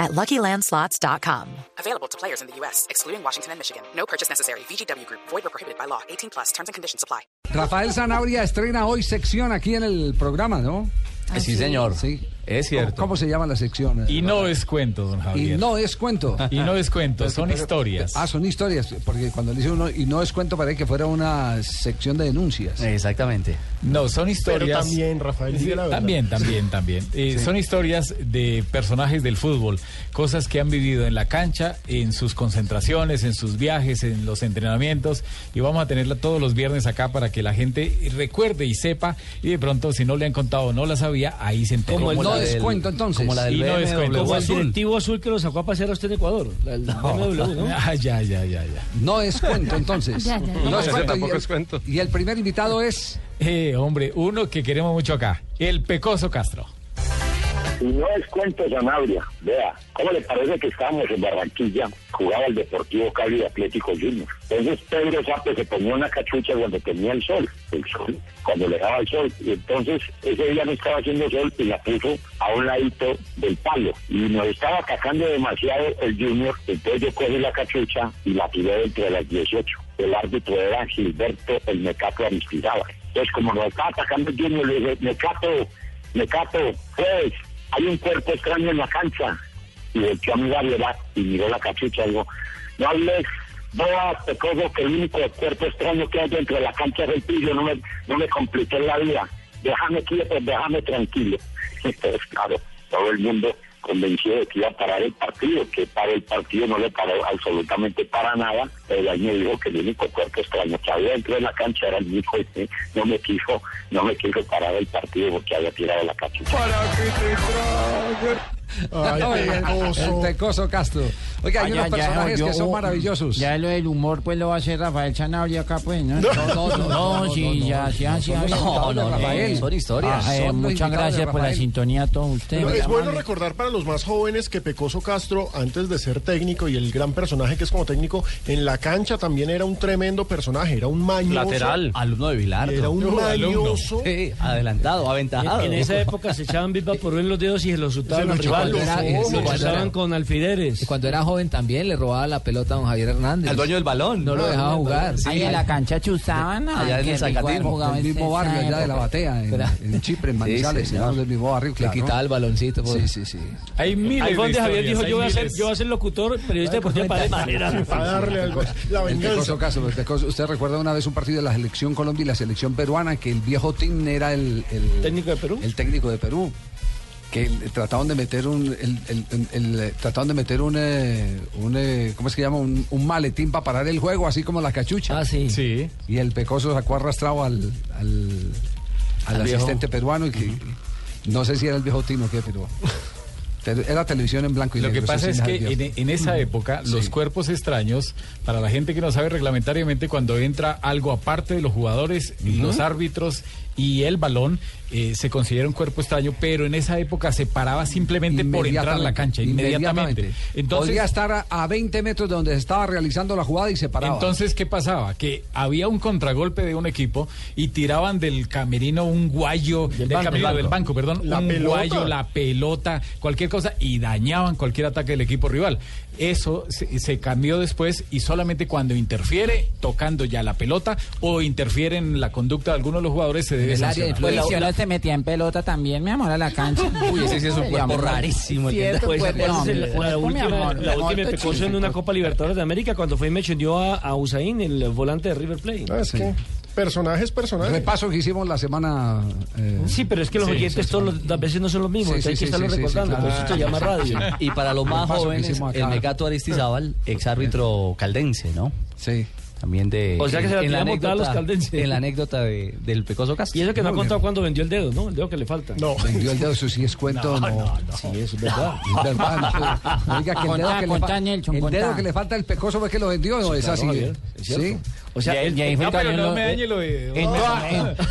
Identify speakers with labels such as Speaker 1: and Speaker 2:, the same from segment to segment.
Speaker 1: at luckylandslots.com.
Speaker 2: Available to players in the U.S., excluding Washington and Michigan. No purchase necessary. VGW Group, void or prohibited by law. 18 plus terms and conditions apply.
Speaker 3: Rafael Zanabria estrena hoy sección aquí en el programa, ¿no?
Speaker 4: Ah, Sí, señor.
Speaker 3: Sí.
Speaker 4: Es cierto.
Speaker 3: ¿Cómo, cómo se llama la sección?
Speaker 5: Y no es cuento, don
Speaker 3: Y
Speaker 5: Javier.
Speaker 3: no es cuento.
Speaker 5: Y no es cuento, son historias.
Speaker 3: Ah, son historias, porque cuando le dice uno y no es cuento parece que fuera una sección de denuncias.
Speaker 4: Eh, Exactamente.
Speaker 5: No, son historias.
Speaker 6: Pero también, Rafael,
Speaker 5: Sí,
Speaker 6: diga la verdad.
Speaker 5: También, también, también. Eh, Son historias de personajes del fútbol, cosas que han vivido en la cancha, en sus concentraciones, en sus viajes, en los entrenamientos. Y vamos a tenerla todos los viernes acá para que la gente recuerde y sepa. Y de pronto, si no le han contado o no la sabía, ahí se enteró.
Speaker 3: Como el
Speaker 4: la
Speaker 3: no
Speaker 4: del-
Speaker 3: descuento, entonces.
Speaker 4: Como la del
Speaker 5: Y no
Speaker 4: BMW
Speaker 5: descuento.
Speaker 7: Como el
Speaker 5: Azul.
Speaker 7: directivo azul que lo sacó a pasear a usted en Ecuador. La, el BMW, ¿no?
Speaker 5: Ah, ya, ya, ya, ya.
Speaker 3: No es cuento, entonces.
Speaker 8: Ya, ya, ya.
Speaker 3: No es
Speaker 6: Eso
Speaker 3: cuento.
Speaker 6: tampoco
Speaker 3: y, el,
Speaker 6: es cuento.
Speaker 3: y el primer invitado es.
Speaker 5: Eh, hombre, uno que queremos mucho acá, el Pecoso Castro.
Speaker 9: Y no es cuento Sanabria. Vea, ¿cómo le parece que estábamos en Barranquilla? Jugaba el Deportivo Cali de Atlético Junior. Entonces Pedro Sape se ponía una cachucha cuando tenía el sol, el sol, cuando le daba el sol. Y entonces ese día no estaba haciendo sol y la puso a un ladito del palo. Y nos estaba atacando demasiado el Junior. Entonces yo cogí la cachucha y la tiré dentro de las 18. El árbitro era Gilberto el Mecato Aristizábal. Entonces como nos estaba atacando el Junior, le dije, Mecato, Mecato, pues hay un cuerpo extraño en la cancha. Y volteó a mi variedad y miró la cachucha y dijo, no hables, no pecoso que el único cuerpo extraño que hay dentro de la cancha es el tuyo, no me, no me compliqué la vida, déjame quieto, déjame tranquilo. Entonces, claro, todo el mundo convencido de que iba a parar el partido, que para el partido no le paró absolutamente para nada. El año dijo que el único cuerpo extraño que había dentro de la cancha era el hijo y no me quiso, no me quiso parar el partido porque había tirado la cachucha.
Speaker 3: Oye, el- el Pecoso Castro. Oiga, hay
Speaker 4: Ah,
Speaker 3: unos
Speaker 4: ya, ya,
Speaker 3: personajes
Speaker 4: yo-
Speaker 3: que son
Speaker 4: oh,
Speaker 3: maravillosos.
Speaker 4: Ya lo del humor, pues lo va a hacer Rafael Sanabria acá, pues. No, no, no, sí, ya, sí, sí,
Speaker 3: son los invitados de Rafael.
Speaker 4: eh, son historias.
Speaker 3: Ah, eh,
Speaker 4: Son
Speaker 3: muchas
Speaker 4: los invitados
Speaker 3: gracias
Speaker 4: de
Speaker 3: por la
Speaker 4: Rafael.
Speaker 6: Pero
Speaker 4: Muy
Speaker 6: es bueno
Speaker 4: amable.
Speaker 6: recordar para los más jóvenes que Pecoso Castro, antes de ser técnico y el gran personaje que es como técnico, en la cancha también era un tremendo personaje, era un mañoso.
Speaker 4: Lateral. Alumno de Bilardo.
Speaker 6: Era un mañoso.
Speaker 4: Sí, adelantado, aventajado.
Speaker 7: En, en esa época se echaban Big Vapor en los dedos y se los
Speaker 6: Se
Speaker 7: chutaban los
Speaker 6: los
Speaker 7: rivales.
Speaker 6: chutaban los
Speaker 7: Lo
Speaker 6: ojos.
Speaker 7: chutaban con alfileres.
Speaker 10: Cuando era joven también le robaba la pelota a don Javier Hernández.
Speaker 4: Al dueño del balón.
Speaker 10: No lo dejaba jugar.
Speaker 4: Ahí en la cancha chuzaban. Allá en el Zacatismo.
Speaker 3: el mismo barrio allá de la batea, en, en Chipre, en Manizales,
Speaker 4: señor.
Speaker 3: en el mismo barrio,
Speaker 10: Le
Speaker 3: claro.
Speaker 10: quitaba el baloncito.
Speaker 3: Sí,
Speaker 4: pues.
Speaker 3: sí, sí.
Speaker 5: Hay miles
Speaker 7: Ahí fue
Speaker 5: de
Speaker 7: donde Javier dijo,
Speaker 5: historias,
Speaker 7: yo voy,
Speaker 5: hay
Speaker 7: a ser,
Speaker 5: miles.
Speaker 7: yo voy a ser locutor, periodista deportivo para de manera.
Speaker 6: Para
Speaker 3: Pues,
Speaker 6: darle algo. La
Speaker 3: El
Speaker 6: venganza.
Speaker 3: pecoso caso, el pecoso- usted recuerda una vez un partido de la selección Colombia y la selección peruana que el viejo Tim era el, el-
Speaker 7: ¿Técnico de Perú?
Speaker 3: el técnico de Perú que el- trataban de meter un el, el- el- el- trataban de meter un, eh, un eh, cómo es que llama un, un maletín para parar el juego así como la cachucha
Speaker 10: Ah, sí.
Speaker 5: Sí.
Speaker 3: y el pecoso sacó arrastrado al al, al
Speaker 4: Al viejo.
Speaker 3: asistente peruano y que no sé si era el viejo Tim o qué pero, pero era televisión en blanco y
Speaker 5: Lo que
Speaker 3: negro eso
Speaker 5: pasa
Speaker 3: sí
Speaker 5: es
Speaker 3: me
Speaker 5: que
Speaker 3: acuerdo.
Speaker 5: en, en esa época los cuerpos extraños, para la gente que no sabe reglamentariamente, cuando entra algo aparte de los jugadores, los árbitros y el balón, eh, se considera un cuerpo extraño, pero en esa época se paraba simplemente por entrar a la cancha, inmediatamente. Entonces,
Speaker 3: Podía estar a, a 20 metros de donde se estaba realizando la jugada y se paraba.
Speaker 5: Entonces, ¿qué pasaba? Que había un contragolpe de un equipo y tiraban del camerino un guayo, del,
Speaker 7: banco,
Speaker 5: camerino
Speaker 7: el banco.
Speaker 5: del banco, perdón,
Speaker 6: La
Speaker 5: un
Speaker 6: pelota.
Speaker 5: guayo, la pelota, cualquier cosa, y dañaban cualquier ataque del equipo rival. Eso se, se cambió después y solamente cuando interfiere tocando ya la pelota o interfiere en la conducta de alguno de los jugadores se debe
Speaker 10: el área de
Speaker 5: sancionar.
Speaker 10: influencia.
Speaker 4: Pues la- la- se metía en pelota también, mi amor, a la cancha. Uy, ese sí es un cuerpo rarísimo.
Speaker 7: Pues acuérdese la, la última, la última pecoso en una Copa Libertadores de América cuando fue y me chendió a, a Usain, el volante de River Plate.
Speaker 6: No, es que personajes, personajes.
Speaker 3: Repaso que hicimos la semana. eh,
Speaker 7: Sí, pero es que los oyentes todos los- las veces no son los mismos,
Speaker 3: Sí,
Speaker 7: entonces
Speaker 3: sí,
Speaker 7: hay
Speaker 3: sí,
Speaker 7: que estarlo
Speaker 3: sí, sí,
Speaker 7: recordando,
Speaker 3: claro.
Speaker 7: por eso se llama radio.
Speaker 4: Y para los más
Speaker 3: Repaso que
Speaker 4: jóvenes,
Speaker 3: hicimos acá.
Speaker 4: el Mecato Aristizábal, ex árbitro caldense, ¿no?
Speaker 3: Sí.
Speaker 4: También de.
Speaker 7: O sea que se la tiramos todos los caldenses.
Speaker 4: En la anécdota de- del Pecoso Castro.
Speaker 7: Y eso que no ha
Speaker 3: Muy
Speaker 7: contado cuando vendió el dedo, ¿no? El dedo que le falta.
Speaker 6: No.
Speaker 3: Vendió el dedo, eso sí es cuento. No,
Speaker 7: Sí, eso es verdad.
Speaker 3: Es verdad, no. Oiga, que el dedo,
Speaker 4: Contá,
Speaker 3: que, le
Speaker 4: contá,
Speaker 3: fa-
Speaker 4: Nelson,
Speaker 3: el dedo
Speaker 4: contá.
Speaker 3: que le falta al pecoso fue que lo vendió, no es así. ¿eh?
Speaker 7: Javier, es
Speaker 3: sí.
Speaker 7: cierto.
Speaker 4: O sea,
Speaker 5: Y ahí-
Speaker 4: y ahí fue
Speaker 5: no,
Speaker 4: el
Speaker 5: pero
Speaker 4: cañón
Speaker 5: no
Speaker 4: lo-
Speaker 5: me dañe lo de-
Speaker 4: en- en-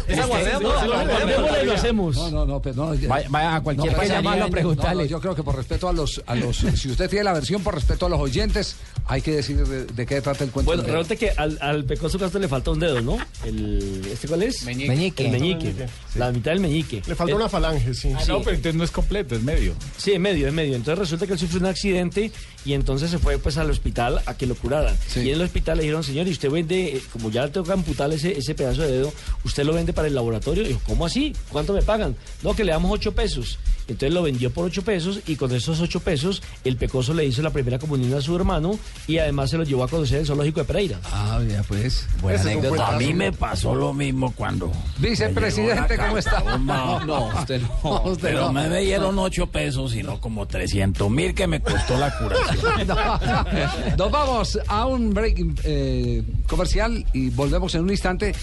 Speaker 5: Esa guardémosla,
Speaker 7: No, no,
Speaker 5: guardémosla.
Speaker 7: guardémosla y lo
Speaker 3: No,
Speaker 7: hacemos.
Speaker 3: no, no, pero no. ya-
Speaker 4: Vaya- vaya a cualquier
Speaker 3: No, pues,
Speaker 4: pasaría
Speaker 3: llamarlo,
Speaker 4: y-
Speaker 3: preguntarle.
Speaker 4: no, no,
Speaker 3: yo creo que por respeto a los, a los, si usted tiene la versión por respeto a los oyentes, hay que decir de, de qué trata el cuento.
Speaker 7: Bueno,
Speaker 3: entero.
Speaker 7: resulta que al, al Pecoso Castro le falta un dedo, ¿no? El, ¿Este cuál es?
Speaker 10: Meñique.
Speaker 7: El meñique. La mitad del meñique.
Speaker 6: Le falta
Speaker 7: Eh,
Speaker 6: una falange, sí.
Speaker 5: Ah, No, pero entonces no es completo, es medio.
Speaker 7: Sí, en medio, en medio. Entonces resulta que él sufrió un accidente y entonces se fue pues al hospital a que lo curaran.
Speaker 3: Sí.
Speaker 7: Y en el hospital le dijeron, señor, y usted vende, eh, como ya le toca amputar ese, ese pedazo de dedo, usted lo vende para el laboratorio. Y dijo, ¿cómo así? ¿Cuánto me pagan? No, que le damos ocho pesos. Entonces lo vendió por ocho pesos y con esos ocho pesos el pecoso le hizo la primera comunión a su hermano y además se lo llevó a conocer el zoológico de Pereira.
Speaker 3: Ah, ya pues.
Speaker 6: Ese es un
Speaker 4: A
Speaker 6: cuentazo.
Speaker 4: mí me pasó lo mismo cuando.
Speaker 3: Vicepresidente, ¿cómo está?
Speaker 4: No, no, usted no.
Speaker 3: usted
Speaker 4: pero
Speaker 3: no.
Speaker 4: me me dieron ocho pesos, sino como 300 mil que me costó la curación.
Speaker 3: Nos vamos a un break eh, comercial y volvemos en un instante.